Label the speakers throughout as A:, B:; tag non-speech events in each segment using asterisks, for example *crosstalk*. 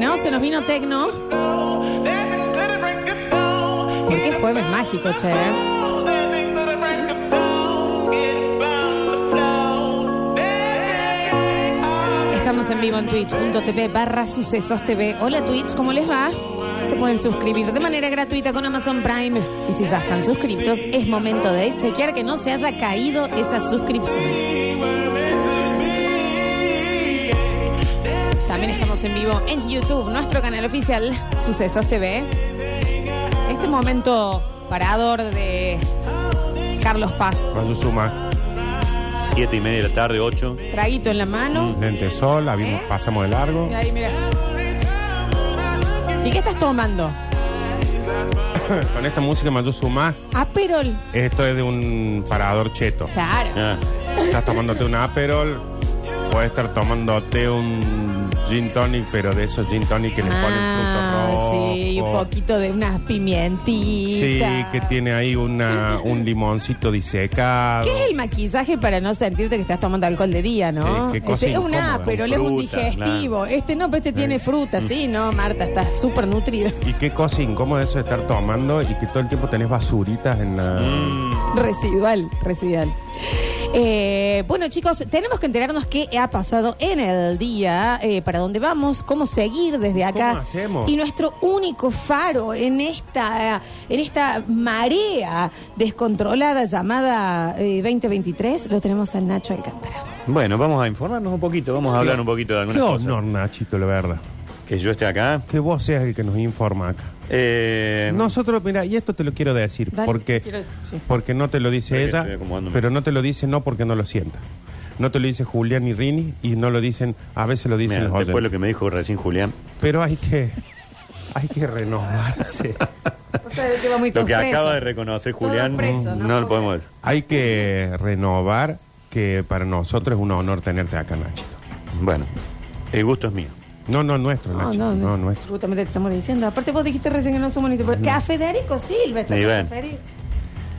A: 2 se nos vino Tecno. Porque es jueves mágico, che. ¿eh? Estamos en vivo en twitch.tv barra sucesos TV. Hola Twitch, ¿cómo les va? Se pueden suscribir de manera gratuita con Amazon Prime. Y si ya están suscritos, es momento de chequear que no se haya caído esa suscripción. También estamos en vivo en YouTube, nuestro canal oficial, Sucesos TV. Este momento parador de Carlos Paz.
B: Cuando suma siete y media de la tarde, ocho.
A: Traguito en la mano.
B: un Lente de sol, la vimos,
A: ¿Eh?
B: pasamos de largo.
A: Y ahí, mira. ¿Y qué estás tomando?
B: Con esta música Maldú Suma,
A: Aperol.
B: esto es de un parador cheto.
A: Claro.
B: Ah, Estás tomándote un Aperol, puedes estar tomándote un gin tonic, pero de esos gin tonic que le
A: Ah,
B: ponen frutos rojos.
A: sí, y un poquito de unas
B: Sí,
A: pimientitas.
B: que tiene ahí una, un limoncito disecado.
A: ¿Qué es el maquillaje para no sentirte que estás tomando alcohol de día, no?
B: Sí, qué cosa
A: Este es un
B: incómoda.
A: Aperol,
B: Con
A: es un
B: fruta,
A: digestivo. Este no, pero este tiene fruta, sí, no, Marta, estás súper nutrida.
B: Y qué cosa incómoda eso de estar tomando y que todo el tiempo tenés basuritas en la...
C: Mm,
A: Residual, residual. Eh, bueno, chicos, tenemos que enterarnos qué ha pasado en el día, eh, para dónde vamos, cómo seguir desde acá.
B: ¿Cómo hacemos?
A: Y nuestro único faro en esta, en esta marea descontrolada llamada eh, 2023 lo tenemos al Nacho Alcántara.
C: Bueno, vamos a informarnos un poquito, vamos a hablar un poquito de
B: Qué
C: algunas cosas.
B: honor, Nachito, la verdad.
C: Que yo esté acá.
B: Que vos seas el que nos informa acá.
C: Eh,
B: Nosotros, mira, y esto te lo quiero decir,
A: Dale,
B: porque,
A: quiero- sí.
B: porque no te lo dice
C: Espera que
B: ella,
C: estoy acomodándome.
B: pero no te lo dice no porque no lo sienta. No te lo dice Julián y Rini y no lo dicen, a veces lo dicen
C: mira,
B: los
C: después
B: oyentes.
C: lo que me dijo recién Julián.
B: Pero hay que, hay que
C: *laughs*
B: renovarse.
A: O sea, que va muy
C: Lo
A: todos
C: que acaba
A: presos.
C: de reconocer
A: Todos
C: Julián,
A: presos, no
C: no,
A: puedo
C: lo podemos decir.
B: hay que renovar, que para nosotros es un honor tenerte acá, Nachito.
C: Bueno, el gusto es mío.
B: No, no, nuestro,
A: No,
B: Nachito.
A: no, no,
B: nuestro.
A: Justamente te estamos diciendo. Aparte vos dijiste recién que no somos ni... Que a Federico Silva está
C: Ahí
A: a
C: ven.
A: Federico.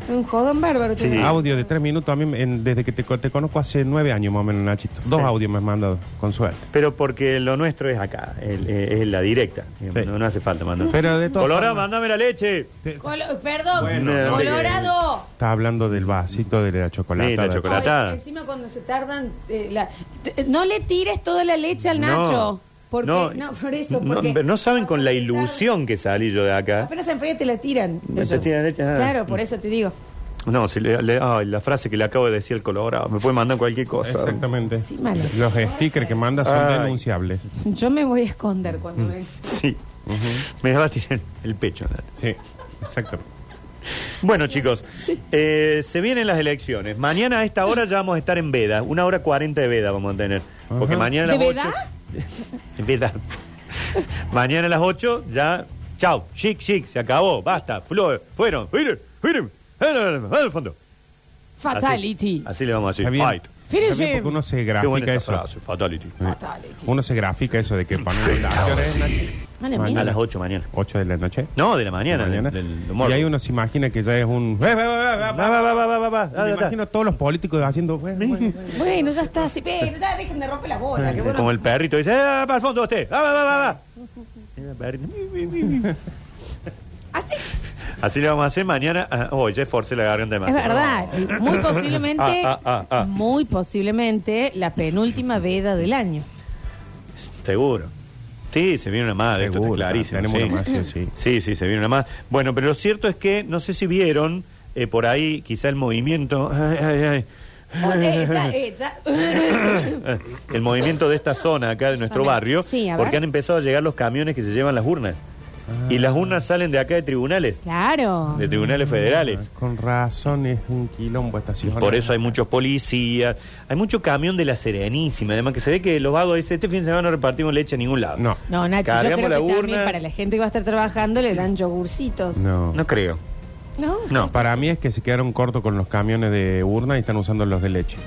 A: Un jodón bárbaro.
C: Sí.
A: tiene.
B: Audio de tres minutos, a mí, en- desde que te, co- te conozco hace nueve años más o menos, Nachito. Dos audios me has mandado, con suerte.
C: Pero porque lo nuestro es acá, el- eh, es la directa. digamos,
B: Sí.
C: No, no hace falta mandar.
B: Pero de todas
C: Colora,
B: formas-
C: mándame la leche.
A: Colo- perdón,
C: Bueno,
A: Colorado.
B: Está hablando del vasito de la chocolate.
C: Sí, la
A: Ay,
C: chocolate. Chocolatada.
A: encima cuando se tardan, eh, la- te- no le tires toda la leche al
C: No,
A: Nacho. Porque, no, por eso.
C: no,
A: Porque
C: pero no saben con
A: cuando
C: la
A: se
C: ilusión que salí yo de
A: tardan,
C: acá.
A: Apenas se enfría te la tiran.
C: Me
A: ellos.
C: tiran leche, ah.
A: Claro, por eso te digo. *laughs*
C: No, si le- le- ay, la frase que le acabo de decir al Colorado, me puede mandar cualquier cosa.
B: Exactamente.
A: Sí, malo.
B: Los stickers que manda son
C: Ay.
B: denunciables.
A: Yo me voy a esconder cuando
C: Mm.
A: me...
C: Sí. Me va a tirar el pecho. Nat.
B: Sí, exactamente.
C: Bueno, chicos, eh, se vienen las elecciones. Mañana a esta hora ya vamos a estar en veda. Una hora cuarenta de veda vamos a tener. Porque
B: Ajá.
C: mañana a las
A: ¿De
C: ocho... *laughs* veda. mañana a las 8 ya... Chau, chic, chic, se acabó, basta, flo, fueron, fueron, fueron, fueron, al fondo. Así-
A: Fatality.
C: Así, le vamos a
B: Está
C: decir.
B: bien.
C: Fight.
A: Finish
B: Está bien
A: him.
B: porque uno se
C: Qué buena
B: grafica
C: esa
B: eso.
C: frase, fatality.
A: Fatality.
B: Uno se grafica eso de que ponen las acciones
A: A Ah, la
B: Mañana.
C: A
A: mierda.
C: las 8 mañana.
B: 8 de la noche.
C: No, de la mañana,
B: de la mañana.
C: del- del
B: y
C: morro.
B: ahí uno se imagina que ya es un. "Eh, eh, eh, eh, eh".
C: Va, va, va, va, va, va, va. Ah,
B: Me
C: ya está.
B: imagino todos los políticos haciendo. "Eh, eh, eh".
A: Bueno, ya está. Sí, pero ya dejen de romper las bolas. Que bueno.
C: Como el perrito dice, "Ah, para el fondo usted, ah, va, va,
A: *laughs*
C: va, va". Y el perrito, "Mi, mi, mi, mi".
A: Así.
C: Así le vamos a hacer mañana. ah, Oh, ya esforcé la garganta
A: Es
C: demasiado.
A: verdad, Eh, muy posiblemente,
C: *laughs* Ah, ah, ah, ah.
A: muy posiblemente la penúltima veda del año.
C: Seguro. Sí, se viene una más, esto está
B: Seguro,
C: clarísimo.
B: tenemos
C: sí.
B: una más, sí, sí.
C: Sí, sí, se viene una más. Bueno, pero lo cierto es que no sé si vieron eh, por ahí quizá el movimiento. ay, ay, ay,
A: O- eh, ya, eh,
C: *laughs*
A: ya.
C: eh, *coughs* el movimiento de esta zona acá de nuestro
A: A ver,
C: barrio,
A: sí, a ver.
C: porque han empezado a llegar los camiones que se llevan las urnas.
B: Ah.
C: Y las urnas salen de acá de tribunales,
A: Claro.
C: de tribunales federales.
B: Con razón es un quilombo esta ciudad.
C: Por eso hay muchos policías, hay mucho camión de la Serenísima, además que se ve que los vagos dicen, este fin de semana no repartimos leche en ningún lado.
B: No.
A: No, Nacho,
C: Cargamos
A: yo
C: la
A: creo que también
C: urna.
A: para la gente que va a estar trabajando le dan yogurcitos.
B: No.
C: No creo.
A: No.
C: No.
B: Para mí es que se quedaron cortos con los camiones de urna y están usando los de leche.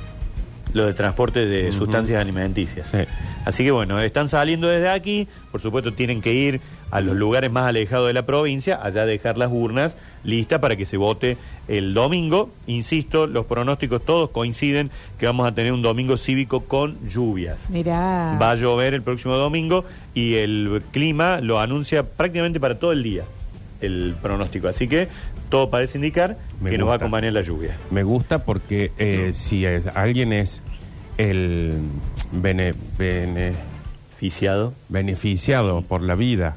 C: lo de transporte de sustancias alimenticias.
B: Sí.
C: Así que bueno, están saliendo desde aquí, por supuesto tienen que ir a los lugares más alejados de la provincia, allá dejar las urnas listas para que se vote el domingo. Insisto, los pronósticos todos coinciden que vamos a tener un domingo cívico con lluvias.
A: Mirá.
C: Va a llover el próximo domingo y el clima lo anuncia prácticamente para todo el día el pronóstico. Así que todo parece indicar
B: Me
C: que nos va a
B: gusta.
C: acompañar la lluvia.
B: Me gusta porque eh, si es- alguien es el bene- bene-
C: Ficiado.
B: beneficiado por la vida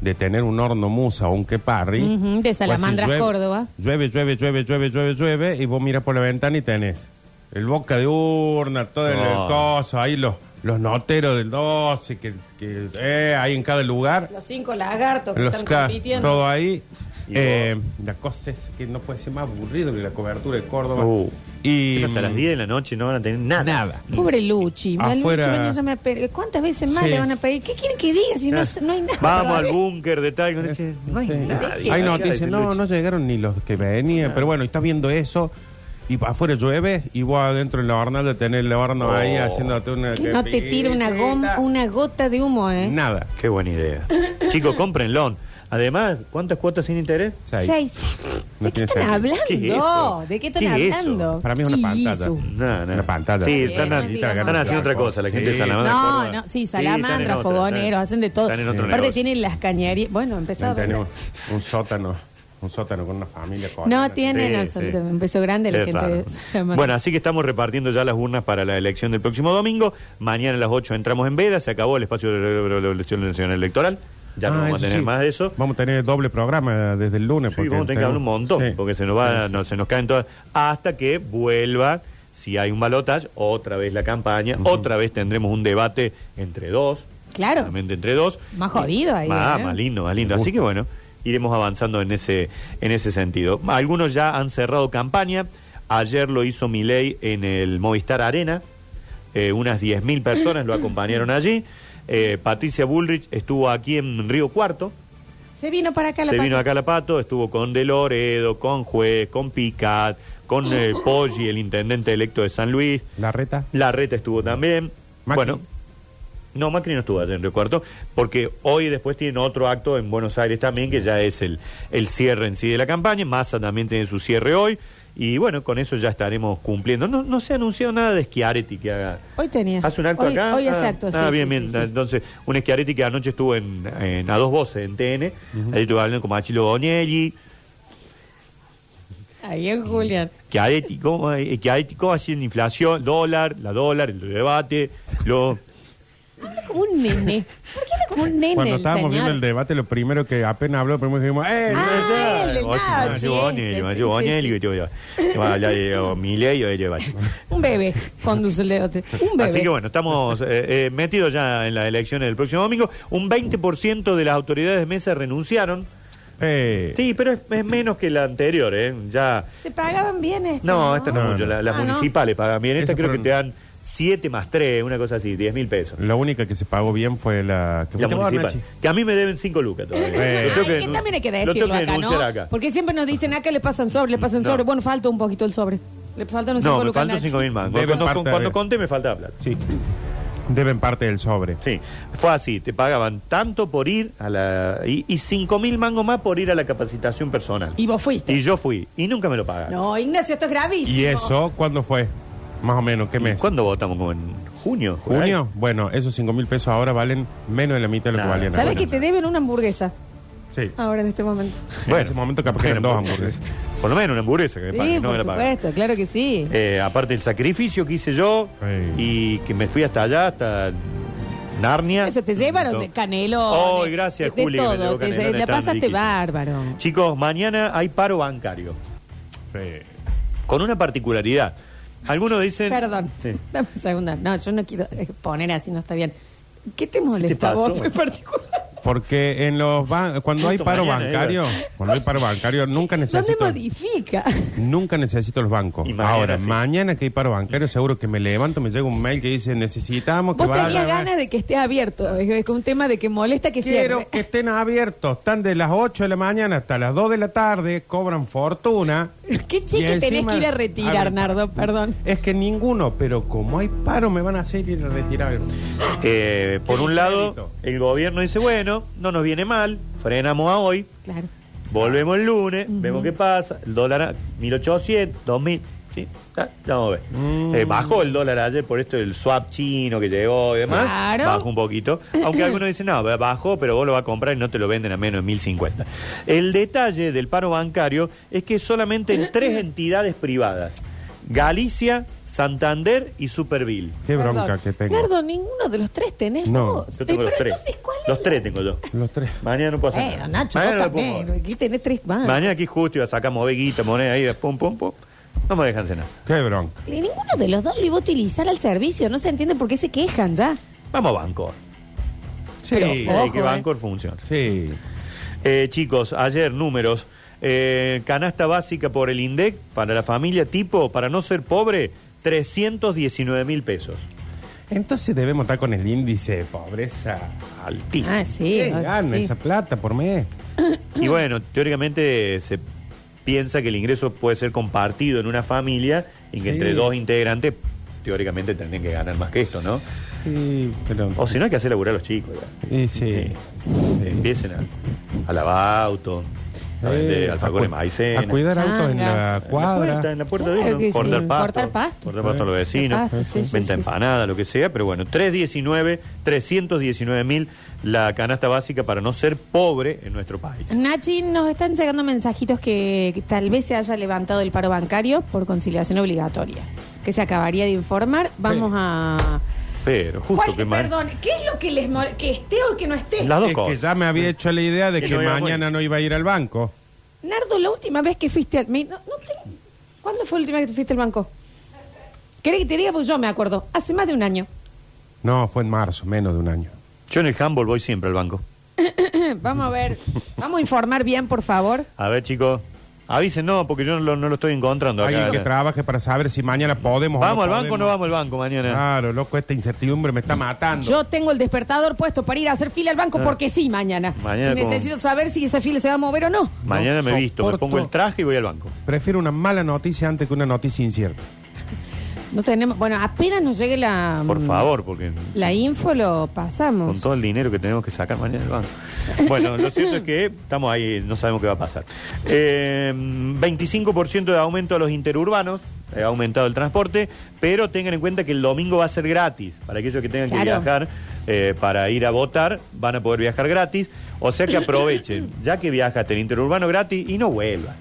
B: de tener un horno musa o un keparri...
A: Ujú, de
B: pues, si
A: Salamandras,
B: llueve-
A: Córdoba.
B: Llueve, llueve, llueve, llueve, llueve, llueve, y vos miras por la ventana y tenés el boca de urna, todo el-
C: No.
B: el coso, ahí los, los noteros del 12, que, que eh, hay en cada lugar.
A: Los cinco lagartos
B: Los ca- todo ahí. Eh, la cosa es que no puede ser más aburrido que la cobertura de Córdoba.
C: Uh.
B: y
C: Pero hasta las 10 de la noche no van a tener nada. *laughs*
B: Nada.
A: Pobre Luchi. mal
B: Afuera-
A: Luchi, vaya, ya me ha pedido. ¿Cuántas veces más
B: Sí.
A: le van a pedir? ¿Qué quieren que diga si no, no hay nada?
C: Vamos al
A: todavía?
C: búnker de tal. con ese- No hay
B: Sí.
C: nadie.
B: Hay
C: no
B: noticias, no, no llegaron ni los que venían, pero bueno, estás viendo eso y pa' afuera llueve y vos adentro en la hornalla tenés el horno
C: Oh.
B: ahí haciéndote una...
A: Que no te tire una, goma,
B: goma
A: una gota de humo, ¿eh?
B: Nada.
C: Qué buena idea. Chicos, cómprenlo. Además, ¿cuántas cuotas sin interés?
B: Seis.
A: Seis.
B: No
A: ¿De qué
B: tiene
A: están
B: sentido.
A: hablando?
C: ¿Qué es eso?
A: ¿De qué están
C: ¿Qué es eso?
A: hablando?
B: Para mí es una
A: ¿Qué
B: pantalla.
A: hizo?
C: No, no.
B: Una pantalla.
C: Sí,
A: Está
C: están,
A: bien, no digamos.
C: están haciendo otra cosa la gente de
B: Sí.
C: Salamandra.
A: No,
C: Córdoba.
A: no, sí,
C: están en
A: salamandras,
C: otra,
A: fogoneros,
C: están-
A: hacen de todo.
C: Están en otro
A: Aparte
C: negocio.
A: tienen las cañerías. Bueno, empezó a
B: Tenemos
A: vender.
B: un sótano, un sótano con una familia. con-
A: No tienen
C: Sí,
A: absolutamente.
C: sí.
A: Un beso grande la
C: Es
A: gente
C: raro.
A: de Salamandra.
C: Bueno, así que estamos repartiendo ya las urnas para la elección del próximo domingo. Mañana a las 8 entramos en veda, se acabó el espacio de la elección nacional electoral. Ya no
B: Ah,
C: vamos a
B: eso
C: tener
B: sí.
C: más de eso.
B: Vamos a tener doble programa desde el lunes.
C: Sí, vamos a tener que hablar un montón,
B: Sí.
C: porque se nos va, no, se nos caen todas, hasta que vuelva, si hay un balotaje, otra vez la campaña, otra vez tendremos un debate entre dos.
A: Claro.
C: Solamente entre dos.
A: Más jodido ahí,
C: Más,
A: ¿eh?
C: más lindo, más lindo.
B: Me
C: Así que
B: gusta.
C: bueno, iremos avanzando en ese, en ese sentido. Algunos ya han cerrado campaña. Ayer lo hizo Milei en el Movistar Arena. Eh, unas 10.000 personas lo acompañaron allí. Eh, Patricia Bullrich estuvo aquí en Río Cuarto.
A: Se vino para acá la
C: Se
A: pata.
C: vino acá a La Pato, estuvo con De Loredo, con Juez, con Picat, con eh, Poggi, el intendente electo de San Luis.
B: La reta.
C: La Reta estuvo también.
B: Macri.
C: Bueno, no, Macri no estuvo ayer en Río Cuarto, porque hoy después tiene otro acto en Buenos Aires también, que ya es el, el cierre en sí de la campaña. Massa también tiene su cierre hoy. Y bueno, con eso ya estaremos cumpliendo. No, no se ha anunciado nada de Schiaretti que haga.
A: Hoy tenía.
C: ¿Hace un acto
A: hoy,
C: acá?
A: Hoy hace
C: Ah,
A: acto, sí.
C: Ah, bien,
A: sí,
C: bien.
A: sí, sí.
C: Entonces, un Schiaretti que anoche estuvo en, en a dos voces en TN. Ahí estuvo hablando con Machilo Bonelli.
A: Ahí en Julián.
C: Schiaretti, ¿cómo, eh, Schiaretti, ¿cómo hacen inflación? Dólar, la dólar, el debate. Lo,
A: Habla como un nene. ¿Por qué habla como un nene
B: Cuando
A: el
B: estábamos
A: señor?
B: viendo el debate, lo primero que apenas habló, lo primero que dijimos, ¡eh!
A: Ah, él, el
C: Oye,
A: Nachi,
C: Mario Bonelli,
A: este,
C: Mario
A: sí, sí,
C: Bonelli,
A: sí.
C: que te voy a- te voy a hablar
A: *laughs*
C: de oh, Milei o de debate.
A: Un bebé conduce el
C: *laughs*
A: dedote. Un bebé.
C: Así que bueno, estamos eh, eh, metidos ya en las elecciones del próximo domingo. Un 20% de las autoridades de mesa renunciaron.
B: eh.
C: Sí, pero es, es menos que la anterior, ¿eh? Ya.
A: Se pagaban bien esto.
C: No, esta no, es
B: No,
C: mucho.
B: no.
C: la- las
A: Ah, ¿no?
C: municipales pagan bien. Esta
B: Esas
C: creo que
B: fueron-
C: te dan 7 más 3, una cosa así, 10 mil pesos.
B: La única que se pagó bien fue la que
C: La
B: fuiste vos,
C: municipal.
B: Nachi.
C: Que a mí me deben 5 lucas todavía.
B: Eh.
A: Ay,
C: Lo tengo
A: que
C: denun-
A: también hay que
C: lo
A: decirlo
C: tengo que
A: acá, ¿no?
C: denunciar acá.
A: Porque siempre nos dicen acá le pasan sobre, le pasan
C: No.
A: sobre. Bueno, falta un poquito el sobre. Le faltan unos
C: No,
A: cinco
C: me
A: lucas.
C: faltan
A: Nachi.
C: 5 mil más.
B: Deben
C: Cuando,
B: parte de-
C: cuando, cuando conté me faltaba plata.
B: Sí. Deben parte del sobre.
C: Sí, fue así, te pagaban tanto por ir a la... y, y cinco mil mangos más por ir a la capacitación personal.
A: Y vos fuiste.
C: Y yo fui, y nunca me lo pagaron.
A: No, Ignacio, esto es gravísimo.
B: ¿Y eso cuándo fue? Más o menos, ¿qué mes?
C: ¿Cuándo votamos? ¿Como en junio? por ahí?
B: ¿Junio? Bueno, esos cinco mil pesos ahora valen menos de la mitad de lo que
C: Nada.
B: valían.
A: ¿Sabes
B: ahora.
A: que te deben una hamburguesa
B: Sí.
A: ahora en este momento?
B: En ese momento capaz que eran dos
C: pues,
B: hamburguesas.
C: *laughs* Por lo menos una hamburguesa que me
A: Sí,
C: paguen, no
A: por
C: me la pagaron.
A: supuesto, claro que sí.
C: Eh, aparte el sacrificio que hice yo
B: Sí.
C: y que me fui hasta allá, hasta Narnia.
A: Eso te llevaron de canelo.
C: Oh,
A: de-
C: gracias,
A: de, de
C: Juli, me
A: todo.
C: llevó
A: Te,
C: canelones,
A: la
C: estaban
A: pasaste
C: riquísimos.
A: bárbaro.
C: Chicos, mañana hay paro bancario.
B: Sí.
C: Con una particularidad. Algunos dicen...
A: Perdón.
C: Sí.
A: Dame un segundo. No, yo no quiero eh, poner así, no está bien. ¿Qué te molesta a
C: pasó?
A: vos en particular?
B: Porque en los ban- cuando hay
C: Esto
B: paro
C: mañana,
B: bancario,
C: Eva.
B: cuando hay paro bancario, nunca
A: ¿Dónde
B: necesito.
A: modifica?
B: Nunca necesito los bancos.
C: Y mañana
B: Ahora,
C: sí.
B: mañana que hay paro bancario, seguro que me levanto, me llega un mail que dice necesitamos que
A: Vos
B: vayan
A: tenías
B: a-
A: ganas de que esté abierto. Es es un tema de que molesta que
B: Quiero
A: cierre.
B: que estén abiertos. Están de las 8 de la mañana hasta las 2 de la tarde, cobran fortuna.
A: *laughs* ¿Qué cheque
B: Y
A: tenés
B: encima-
A: que ir a
B: a
A: retirar,
B: ver,
A: Nardo? Perdón.
B: Es que ninguno, pero como hay paro, me van a hacer ir a retirar.
C: Eh, por
B: Qué
C: un lado,
B: crédito.
C: el gobierno dice, bueno, no nos viene mal, frenamos a hoy,
A: Claro.
C: volvemos el lunes, vemos qué pasa, el dólar a 1800, 2000, ¿sí? Ah, ya vamos a ver. Eh, bajó el dólar ayer por esto del swap chino que llegó y demás,
A: Claro.
C: bajó un poquito, aunque algunos dicen, no, bajó, pero vos lo vas a comprar y no te lo venden a menos de 1050. El detalle del paro bancario es que solamente en tres entidades privadas, Galicia, Santander y Superville.
B: Qué
A: Perdón.
B: bronca que tengo.
A: Nardo, ninguno de los tres tenés
B: No,
A: vos.
C: Yo tengo
A: Eh,
C: los
A: pero
C: tres.
A: entonces, ¿cuál es
C: los
A: la-
C: tres tengo yo.
B: Los tres.
C: Mañana no puedo hacer
A: Bueno,
C: nada.
A: Nacho,
C: Mañana
A: vos
C: no puedo
A: también. Ah.
C: mover.
A: Aquí tenés tres más.
C: Mañana aquí justo iba a sacar moveguita, moneda ahí, pum, pum, pum. No me dejan cenar.
B: Qué bronca.
A: Y Ninguno de los dos lo iba a utilizar al servicio. No se entiende por qué se quejan ya.
C: Vamos a Bancor.
B: Sí,
A: Pero, oh.
C: Hay
A: Ojo,
C: que
A: eh.
C: Bancor funciona.
B: sí.
C: Eh, chicos, ayer números. Eh, canasta básica por el INDEC para la familia tipo, para no ser pobre, 319 mil pesos.
B: Entonces debemos estar con el índice de pobreza.
C: Altísimo.
A: Ah, sí.
B: ¿Quién
A: ah,
B: gana
A: sí.
B: esa plata por mes?
C: Y bueno, teóricamente se piensa que el ingreso puede ser compartido en una familia y que
B: Sí.
C: entre dos integrantes teóricamente tendrían que ganar más que esto, ¿no?
B: Sí, pero.
C: O si no, hay que hacer laburar a los chicos. ya.
B: Y sí.
C: Eh, Empiecen a, a lavar autos, a vender
B: Eh,
C: alfajores
B: a cu-
C: maicena.
B: A cuidar autos en
A: Changas.
B: la
C: Está
B: cuadra.
C: en la puerta de
A: Claro
C: uno,
A: que sí,
C: cortar pasto.
A: cortar pasto.
C: Cortar pasto a los
A: Cortar
C: vecinos.
A: pasto, sí, sí, sí,
C: Venta
A: sí.
C: empanada, lo que sea. Pero bueno, 319, 319 mil la canasta básica para no ser pobre en nuestro país.
A: Nachi, nos están llegando mensajitos que, que tal vez se haya levantado el paro bancario por conciliación obligatoria. Que se acabaría de informar. Vamos
B: Sí.
A: a.
C: Pero
A: ¿Cuál-
C: justo que mal.
A: perdón, ¿qué es lo que les mol- que esté o que no esté?
C: Las dos
B: Es que
C: cosas. Mm.
B: ya me había hecho la idea de
C: Que
B: que,
C: no íbamos a
B: mañana
C: ir.
B: no iba a ir al banco.
A: Nardo, la última vez que fuiste al. me- no- no te- ¿Cuándo fue la última vez que fuiste al banco? ¿Querés que te diga? Pues yo me acuerdo. Hace más de un año.
B: No, fue en marzo, menos de un año.
C: Yo en el handball voy siempre al banco.
A: *laughs* Vamos a ver. Vamos a informar bien, por favor.
C: A ver, chicos, avisen, no, porque yo no lo, no lo estoy encontrando. acá.
B: Alguien que trabaje para saber si mañana podemos. o
C: ¿Vamos al
B: no
C: banco o no
B: podemos. Ah,
C: vamos al banco mañana?
B: Claro, loco, esta incertidumbre me está matando.
A: Yo tengo el despertador puesto para ir a hacer fila al banco porque sí mañana.
C: Ah. Mañana
A: Y necesito
C: como-
A: saber si esa fila se va a mover o no.
C: Mañana
B: No
C: me visto, me
B: soporto.
C: pongo el traje y voy al banco.
B: Prefiero una mala noticia antes que una noticia incierta.
A: No tenemos, bueno, apenas nos llegue la
C: Por
A: mm,
C: favor, porque
A: la info lo pasamos.
C: con todo el dinero que tenemos que sacar mañana del banco. Bueno, lo cierto es que estamos ahí, no sabemos qué va a pasar. Eh, 25% de aumento a los interurbanos, eh, ha aumentado el transporte, pero tengan en cuenta que el domingo va a ser gratis. Para aquellos que tengan que
A: Claro.
C: viajar eh, para ir a votar, van a poder viajar gratis. O sea
A: *laughs*
C: que aprovechen, ya que viajaste en interurbano gratis y no vuelvas.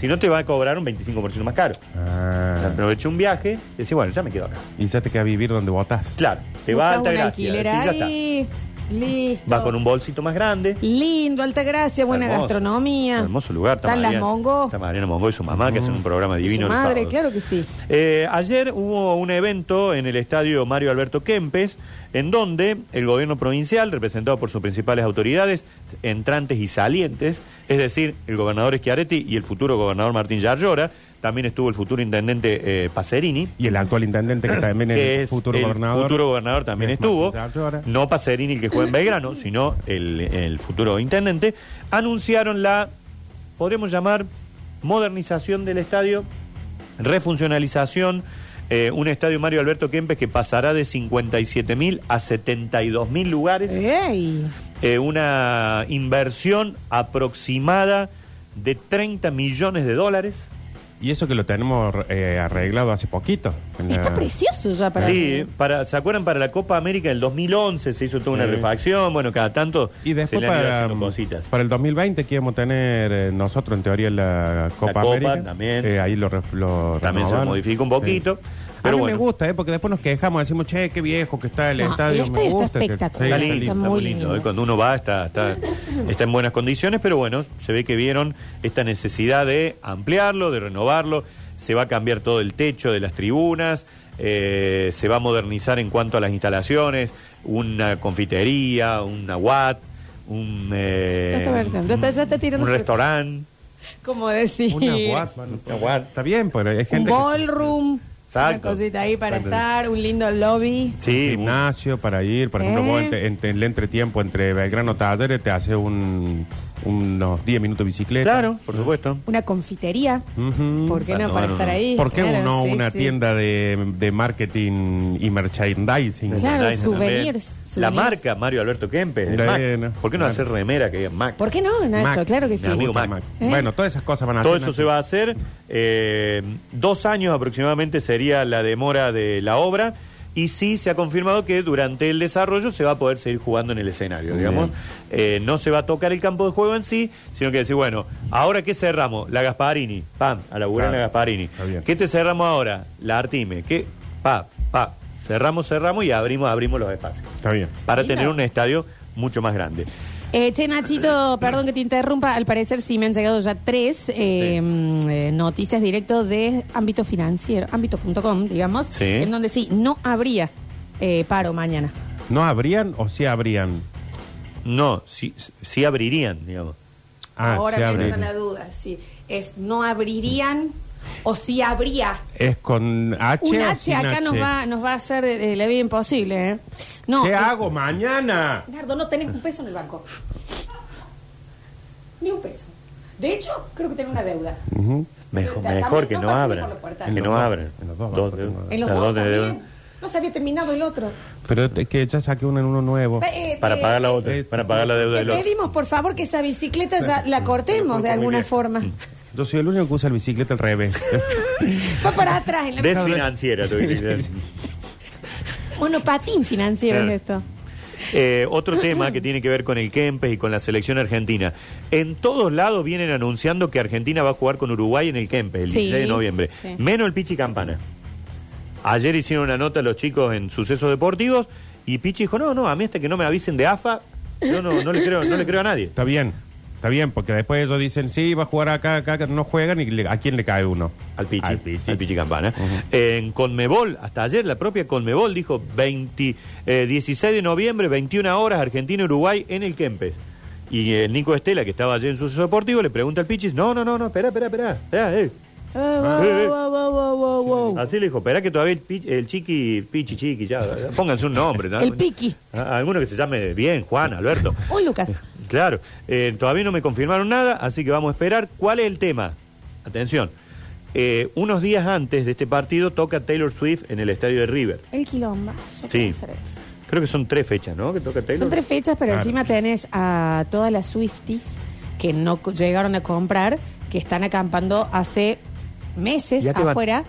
C: Si no, te va a cobrar un 25% más caro.
B: Ah,
C: Aproveché un viaje y decís, bueno, ya me quedo acá.
B: y ya te queda vivir donde votas.
C: Claro, te va a
A: Buscas un
C: Altagracia.
A: alquiler
C: decís, ya está.
A: ahí. Listo.
C: Vas con un bolsito más grande.
A: Lindo, Altagracia, buena
C: Hermoso.
A: gastronomía.
C: Hermoso lugar. está
A: Están las
C: Mariana-
A: Mongo.
C: Está Mariana Mongo y su mamá, que hacen un programa
A: y
C: divino.
A: Su
C: los
A: madre,
C: sábados.
A: claro que sí.
C: Eh, ayer hubo un evento en el estadio Mario Alberto Kempes, en donde el gobierno provincial, representado por sus principales autoridades, entrantes y salientes, es decir, el gobernador Schiaretti y el futuro gobernador Martín Yarlora, también estuvo el futuro intendente eh, Pacerini,
B: Y el actual intendente que también es
C: que
B: el futuro gobernador.
C: futuro gobernador también
B: Es
C: estuvo,
B: Martín Yarlora.
C: no Pacerini el que juega en Belgrano, sino el, el futuro intendente, anunciaron la, podríamos llamar, modernización del estadio, refuncionalización, eh, un estadio Mario Alberto Kempes que pasará de 57 mil a 72 mil lugares,
A: Ey.
C: eh, una inversión aproximada de 30 millones de dólares.
B: Y eso que lo tenemos eh, arreglado hace poquito. En la-
A: Está precioso ya para
C: Ah. Sí, para, ¿se acuerdan? Para la Copa América del 2011 se hizo toda una
B: Sí.
C: refacción, bueno, cada tanto
B: Y
C: se
B: después
C: le han ido
B: para, um,
C: haciendo cositas.
B: para el 2020 que íbamos a tener eh, nosotros en teoría la Copa,
C: Copa
B: América.
C: también.
B: Eh, ahí lo, ref- lo
C: También se
B: renovaron.
C: modifica un poquito,
B: Sí.
C: pero
B: a mí
C: bueno.
B: me gusta, eh, porque después nos quejamos, decimos, che, qué viejo que está el
A: No,
B: estadio.
A: Ah, el
B: me
A: estadio está
B: gusta que-
A: espectacular,
C: Está
B: Sí,
C: lindo, está muy lindo. ¿eh? Cuando uno va
A: *laughs*
C: está, está, está en buenas condiciones, pero bueno, se ve que vieron esta necesidad de ampliarlo, de renovarlo. Se va a cambiar todo el techo de las tribunas, eh, se va a modernizar en cuanto a las instalaciones, una confitería, una Watt, un, eh,
A: Ya está versando, ya está- ya está tirando
C: un
A: flores.
C: restaurante.
A: Como decir.
B: Una guat, bueno,
C: Una guat.
B: Está bien, pero hay
A: Un
B: gente. que-
A: ballroom.
C: Exacto.
A: Una cosita ahí para
B: Exacto.
A: estar, un lindo lobby.
B: un
C: Sí, un-
B: gimnasio para ir, por ejemplo,
A: ¿Eh?
B: vos en, en- en el entretiempo entre Belgrano Talleres te hace un unos 10 minutos de bicicleta.
C: Claro, por supuesto.
D: Una confitería.
B: Ujú.
D: ¿Por qué
C: para
D: no? Para
C: tomar
D: estar
C: un-
D: ahí.
B: ¿Por qué
D: Claro,
B: uno
D: sí,
B: una
D: sí.
B: tienda de, de marketing y merchandising?
A: Claro.
C: Merchandising
A: souvenirs,
C: también.
A: souvenirs.
C: La marca Mario Alberto Kempes. el Mac.
B: Bueno,
C: ¿Por qué no
B: bueno.
C: hacer remera que diga Mac?
D: ¿Por qué no, Nacho?
B: Mac,
D: claro que
B: mi
D: sí.
B: amigo
C: Mac.
B: Mac.
D: ¿Eh?
B: Bueno, todas esas cosas van a
C: Todo
B: hacer,
C: eso se
B: Nacho.
C: va a hacer. eh, dos años aproximadamente sería la demora de la obra. Y sí se ha confirmado que durante el desarrollo se va a poder seguir jugando en el escenario, digamos. Eh, no se va a tocar el campo de juego en sí, sino que decir, bueno, ahora qué cerramos? La Gasparini, pam, a laburar en
B: Claro,
C: la Gasparini.
B: está bien.
C: ¿Qué te cerramos ahora? La Artime, ¿qué? Pa, pa. Cerramos, cerramos y abrimos, abrimos los espacios.
B: Está bien.
C: Para
A: Mira.
C: tener un estadio mucho más grande.
A: Eh, che,
B: *laughs*
A: Nachito, perdón que te interrumpa. Al parecer sí me han llegado ya tres eh,
C: Sí.
A: mm, eh, noticias directo de ámbito financiero, ámbito.com, digamos,
C: Sí.
A: en donde sí, no habría eh, paro mañana.
B: ¿No abrían o sí abrían?
C: No, sí, sí abrirían, digamos.
B: Ah,
D: Ahora
B: sí
D: me
B: abrían.
D: entra una duda, sí. Es no abrirían o si habría.
B: ¿Es con H
A: Un
B: o
A: H
B: sin
A: acá
B: H?
A: nos va, nos va a hacer eh, la vida imposible, ¿eh? No,
B: ¿Qué
A: eh,
B: hago mañana?
D: Nardo, no tenés un peso en el banco. Ni un peso. De hecho, creo que tengo una deuda.
B: Ujú.
C: Mejor,
D: También
C: mejor que
D: no
C: no
D: pasen
C: abran.
D: por los portales.
C: Que
B: En los
C: no
B: dos,
C: abran.
B: en los dos
C: Dos
B: bancos, ¿no?
D: En los
C: las
D: dos
C: dos de-
D: también. No se había terminado el otro.
B: Pero es que ya saqué uno en uno nuevo.
D: Eh,
C: Para
D: eh,
C: pagar la
D: eh,
C: otra,
B: Eh,
C: para pagar la deuda
D: Te
C: del otro.
D: pedimos, por favor, que esa bicicleta ya la cortemos de
B: Porque
D: alguna
B: mi vieja-
D: forma.
C: *laughs*
B: Yo soy el único que usa el bicicleta al revés. *laughs*
D: Fue para atrás en la
C: Desfinanciera, te voy a
B: *laughs*
C: decir. *laughs*
A: monopatín financiero
C: Claro.
A: es esto.
C: Eh, otro tema que tiene que ver con el Kempes y con la selección argentina. En todos lados vienen anunciando que Argentina va a jugar con Uruguay en el Kempes el
A: Sí,
C: 16 de noviembre.
A: sí.
C: Menos el Pichi Campana. Ayer hicieron una nota los chicos en Sucesos Deportivos y Pichi dijo, no, no, a mí hasta que no me avisen de AFA, yo no, no, le, creo, no le creo a nadie.
B: Está bien, está bien, porque después ellos dicen, sí, va a jugar acá, acá, acá. no juegan y le- a quién le cae uno.
C: Al Pichi.
B: Al Pichi.
C: al Pichi Campana. En Conmebol, hasta ayer la propia Conmebol dijo 20, eh, 16 de noviembre, 21 horas, Argentina-Uruguay en el Kempes. Y el Nico Estela, que estaba ayer en su deportivo, le pregunta al Pichis, no, no, no, no, espera, espera, espera, espera, eh".
A: Eh, wow,
D: Oh,
A: wow, wow, wow, wow, wow.
C: Así le dijo, espera que todavía el, Pichi- el chiqui, Pichi, chiqui, ya, ya, pónganse un nombre. ¿no?
A: El Piqui.
C: A- Alguno que se llame bien, Juan, Alberto.
A: Un Lucas.
C: Claro, eh, todavía no me confirmaron nada, así que vamos a esperar. ¿Cuál es el tema? Atención, eh, unos días antes de este partido toca Taylor Swift en el estadio de River.
A: El quilombazo.
C: Sí.
A: ¿cómo será eso?
C: Creo que son tres fechas, ¿no? Que toca Taylor.
A: Son tres fechas, pero
B: Claro.
A: encima tenés a todas las Swifties que no co- llegaron a comprar, que están acampando hace meses
C: Ya te van.
A: afuera,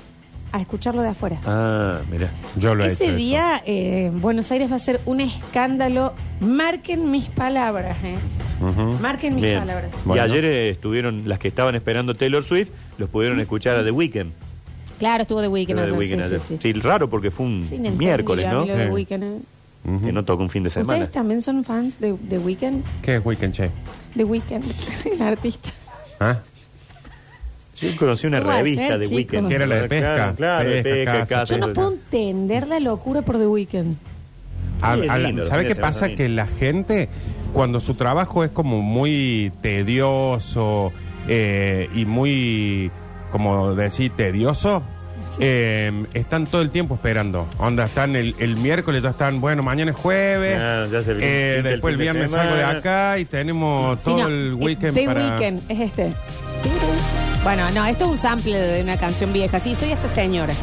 A: a escucharlo de afuera.
C: Ah, mira.
B: Yo lo he hecho
A: Ese
B: eso.
A: día eh, en Buenos Aires va a ser un escándalo. Marquen mis palabras, ¿eh?
B: Ujú.
A: Marquen mis
C: Bien.
A: palabras.
B: Bueno.
C: Y ayer eh, estuvieron las que estaban esperando Taylor Swift, los
A: Mm.
C: pudieron escuchar a The Weeknd.
A: Claro, estuvo de Weekend.
C: Estuvo The
A: ayer,
C: Weeknd
A: sí,
C: ayer.
A: sí, sí.
C: Sí, raro porque fue un
A: Sí, inentendible
C: miércoles,
A: a
C: ¿no?
A: mí lo de
B: Sí.
A: Weeknd, ¿eh?
C: Que no tocó un fin de semana.
A: ¿Ustedes también son fans de, de Weekend?
B: ¿Qué es Weekend Che?
A: De Weekend, *laughs* el artista.
B: ¿Ah?
C: Yo conocí una
A: ¿Cómo va a
C: revista
A: ser,
C: de
A: ¿eh? chicos?
C: Weeknd.
B: Que era la de pesca.
C: Claro, claro, de
B: Pesca,
C: pesca,
B: caza,
C: caza,
A: Yo no
C: todo.
A: puedo entender la locura por The Weeknd.
B: A-
C: Sí, es
B: a la-
C: lindo,
B: ¿Sabe
C: sí,
B: qué
C: se
B: pasa?
C: pasa
B: Que la gente, cuando su trabajo es como muy tedioso eh, y muy, como decir, tedioso, eh, están todo el tiempo esperando. Onda, están el, el miércoles, ya están, bueno, mañana es jueves,
C: Ah, ya se
B: eh,
C: pinta el
B: después el
C: fin de
B: viernes
C: semana.
B: salgo de acá y tenemos
A: Sí,
B: todo
A: no,
B: el
A: eh,
B: weekend
A: The
B: para...
A: Weeknd, es este. Bueno, no, esto es un sample de una canción vieja. Sí, soy esta señora.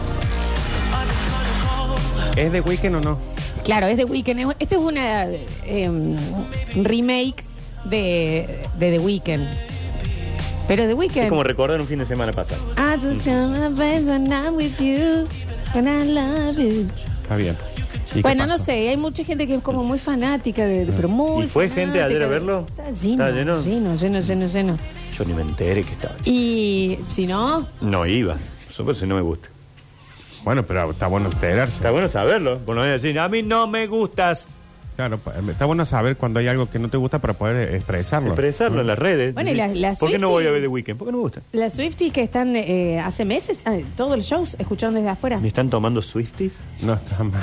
B: ¿Es de weekend o no?
A: Claro, es The Weeknd. Este es una eh, um, remake de, de The Weeknd. Pero The
C: Es
A: Weeknd.
C: como recordar un fin de semana pasado.
A: I just tell my friends when I'm with you, when I love you.
B: Está bien. ¿Y qué
A: Bueno, no
B: pasó?
A: sé, hay mucha gente que es como muy fanática de, de- pero muy
C: ¿Y fue
A: fanática
C: gente ayer a
A: de-
C: verlo?
A: Está lleno,
C: ¿Está lleno?
A: lleno, lleno, lleno, lleno.
C: Yo ni me enteré que estaba.
A: Y si no,
C: No iba. Eso si no me gusta.
B: Bueno, pero está bueno enterarse.
C: Está bueno saberlo. Por lo menos decir, a mí no me gustas.
B: Claro, pa- está bueno saber cuando hay algo que no te gusta para poder expresarlo.
C: Expresarlo en las redes.
A: Bueno, y
C: Decir,
A: las- las
C: ¿Por qué no voy a
A: Swifties?
C: ver The Weeknd? ¿Por qué no me gusta?
A: Las Swifties que están eh, hace meses, ah, todos los shows, escucharon desde afuera.
C: ¿Me están tomando Swifties?
B: No está mal.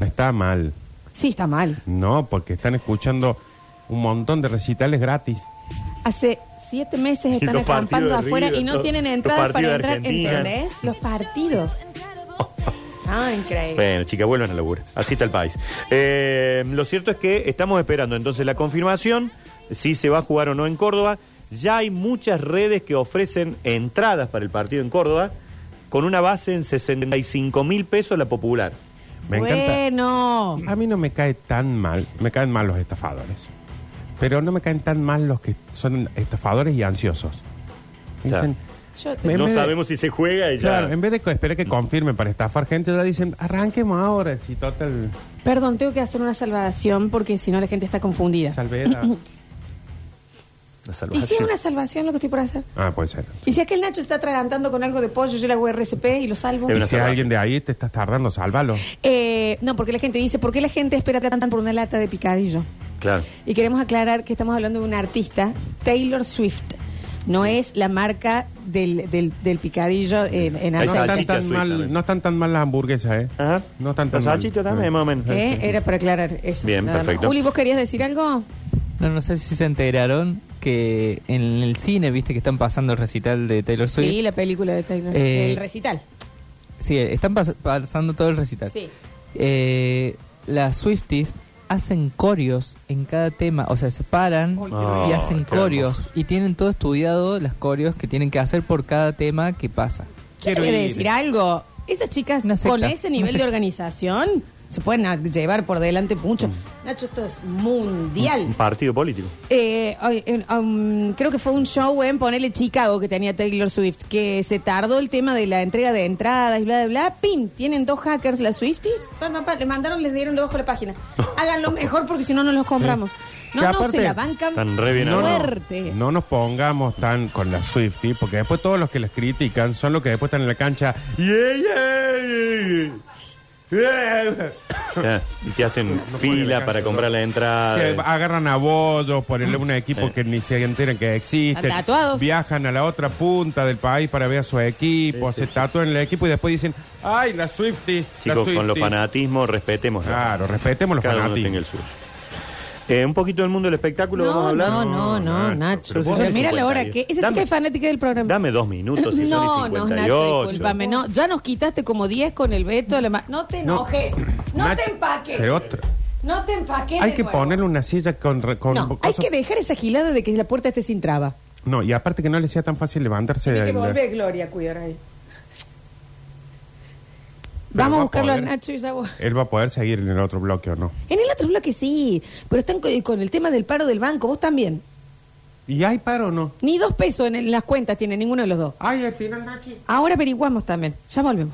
B: No está mal.
A: Sí, está mal.
B: No, porque están escuchando un montón de recitales gratis.
A: Hace siete meses
C: Y
A: están
C: los partidos
A: acampando
C: de
A: afuera
C: River,
A: y no
C: todo-
A: tienen
C: los
A: entradas para
C: partidos de
A: entrar,
C: Argentina.
A: ¿entendés? Los
C: *laughs*
A: partidos. Ah, increíble.
C: Bueno, chicas, vuelvan a laburar. Así está el país. Eh, lo cierto es que estamos esperando entonces la confirmación si se va a jugar o no en Córdoba. Ya hay muchas redes que ofrecen entradas para el partido en Córdoba con una base en 65 mil pesos la popular.
B: Me encanta.
E: bueno.
B: A mí no me cae tan mal, me caen mal los estafadores. Pero no me caen tan mal los que son estafadores y ansiosos. Dicen,
E: Yo te-
B: Me-
C: No
B: me-
C: sabemos si se juega y ya.
B: claro, en vez de co- esperar que confirmen para estafar gente, ya dicen, arranquemos ahora, si total
A: Perdón, tengo que hacer una salvación porque si no la gente está confundida.
B: salvera.
C: La
A: ¿Y si es
C: salvación.
A: una salvación lo que estoy por hacer?
B: Ah, puede ser.
A: ¿Y si aquel Nacho está atragantando con algo de pollo, yo le hago RCP y lo salvo?
C: Es
B: Y
C: una
B: si
C: salvación.
B: alguien de ahí te estás tardando, sálvalo.
A: Eh, no, porque la gente dice, ¿por qué la gente espera tanto por una lata de picadillo?
C: Claro.
A: Y queremos aclarar que estamos hablando de una artista, Taylor Swift. No es la marca del, del, del picadillo en, en
C: Hay
B: No están,
A: aceite.
C: salchicha
B: tan
C: suiza,
B: mal,
C: ven.
B: no están tan mal las hamburguesas, ¿eh?
C: Ajá.
B: No están tan
C: Los
B: mal.
C: salchichos también,
B: Mm.
C: más o menos.
A: ¿Eh? Era para aclarar eso.
C: Bien,
A: nada más.
C: perfecto.
A: Juli, ¿vos querías decir algo?
F: No, no sé si se enteraron que en el cine, viste que están pasando el recital de Taylor Swift.
A: Sí, la película de Taylor.
F: Eh,
A: el recital.
F: Sí, están pas- pasando todo el recital.
A: Sí.
F: Eh, las Swifties hacen corios en cada tema, o sea, se paran y
C: Oh,
F: hacen
C: qué
F: corios y tienen todo estudiado las corios que tienen que hacer por cada tema que pasa.
A: Yo te
B: Quiero
A: voy a
B: ir.
A: decir algo. Esas chicas
F: Una secta,
A: con ese
F: una
A: nivel de
F: secta.
A: organización se pueden a- llevar por delante mucho. Nacho, esto es mundial.
C: *laughs* Un partido
B: *laughs*
C: político.
A: Eh, ay, en- um, creo que fue un show en Ponele Chicago que tenía Taylor Swift, que se tardó el tema de la entrega de entradas y bla, bla, bla. ¡Pim! Tienen dos hackers, las Swifties. Pa, pa, pa, le mandaron, les dieron debajo de la
C: *laughs*
A: página. Háganlo mejor porque si no, no los compramos.
B: Que
A: No, no,
B: aparte-
A: se la bancan
C: Están re bien armados.
A: fuerte.
B: No nos pongamos tan con la Swifty, porque después todos los que las critican son los que después están en la cancha. "Yeah, yeah, yeah, yeah".
C: Ah, Y te hacen
B: No puede
C: fila
B: dejarse,
C: para
B: no. ah,
C: comprar la entrada.
B: Se agarran a bollos por el, un equipo
C: Eh.
B: que ni se enteran que existe.
A: Están tatuados.
B: Viajan a la otra punta del país para ver a su equipo, se tatúan en el equipo y después dicen, ay, la Swifty. la
C: Chicos, con los
B: Swifty".
C: fanatismos, respetemos.
B: Claro, respetemos los
C: Cada uno
B: fanatismos.
C: tenga el suyo. Eh, un poquito del mundo del espectáculo, vamos a
A: No,
C: hablar.
A: no, no, no,
B: No,
A: Nacho.
B: pero
C: vos
A: Pero
C: eres
A: mira la
C: 50
A: hora
C: y-
A: que. Esa
C: Dame.
A: chica es fanática del programa.
C: Dame dos minutos si son
A: no,
C: y
A: no,
C: 58.
A: Nacho, discúlpame. No, ya nos quitaste como 10 con el veto. la ma- No te
B: No.
A: enojes. No,
B: Nacho,
A: te empaques.
B: pero otro.
A: No te empaques.
B: Hay
A: de
B: que
A: nuevo.
B: ponerle una silla con... re- con
A: No, hay
B: cosas-
A: que dejar esa gilada de que la puerta esté sin traba.
B: No, y aparte que no le sea tan fácil levantarse.
A: Y que
B: del-
A: volver Gloria a cuidar ahí.
B: Pero
A: Vamos
B: va
A: a buscarlo a,
B: poder.
A: Nacho y ya vos.
B: Él va a poder seguir en el otro bloque o no.
A: En el otro bloque sí, pero están co- con el tema del paro del banco, vos también.
B: ¿Y hay paro o no?
A: Ni dos pesos en, en las cuentas tiene ninguno de los dos.
B: Ay, al final, Nachi.
A: Ahora averiguamos también. Ya volvemos.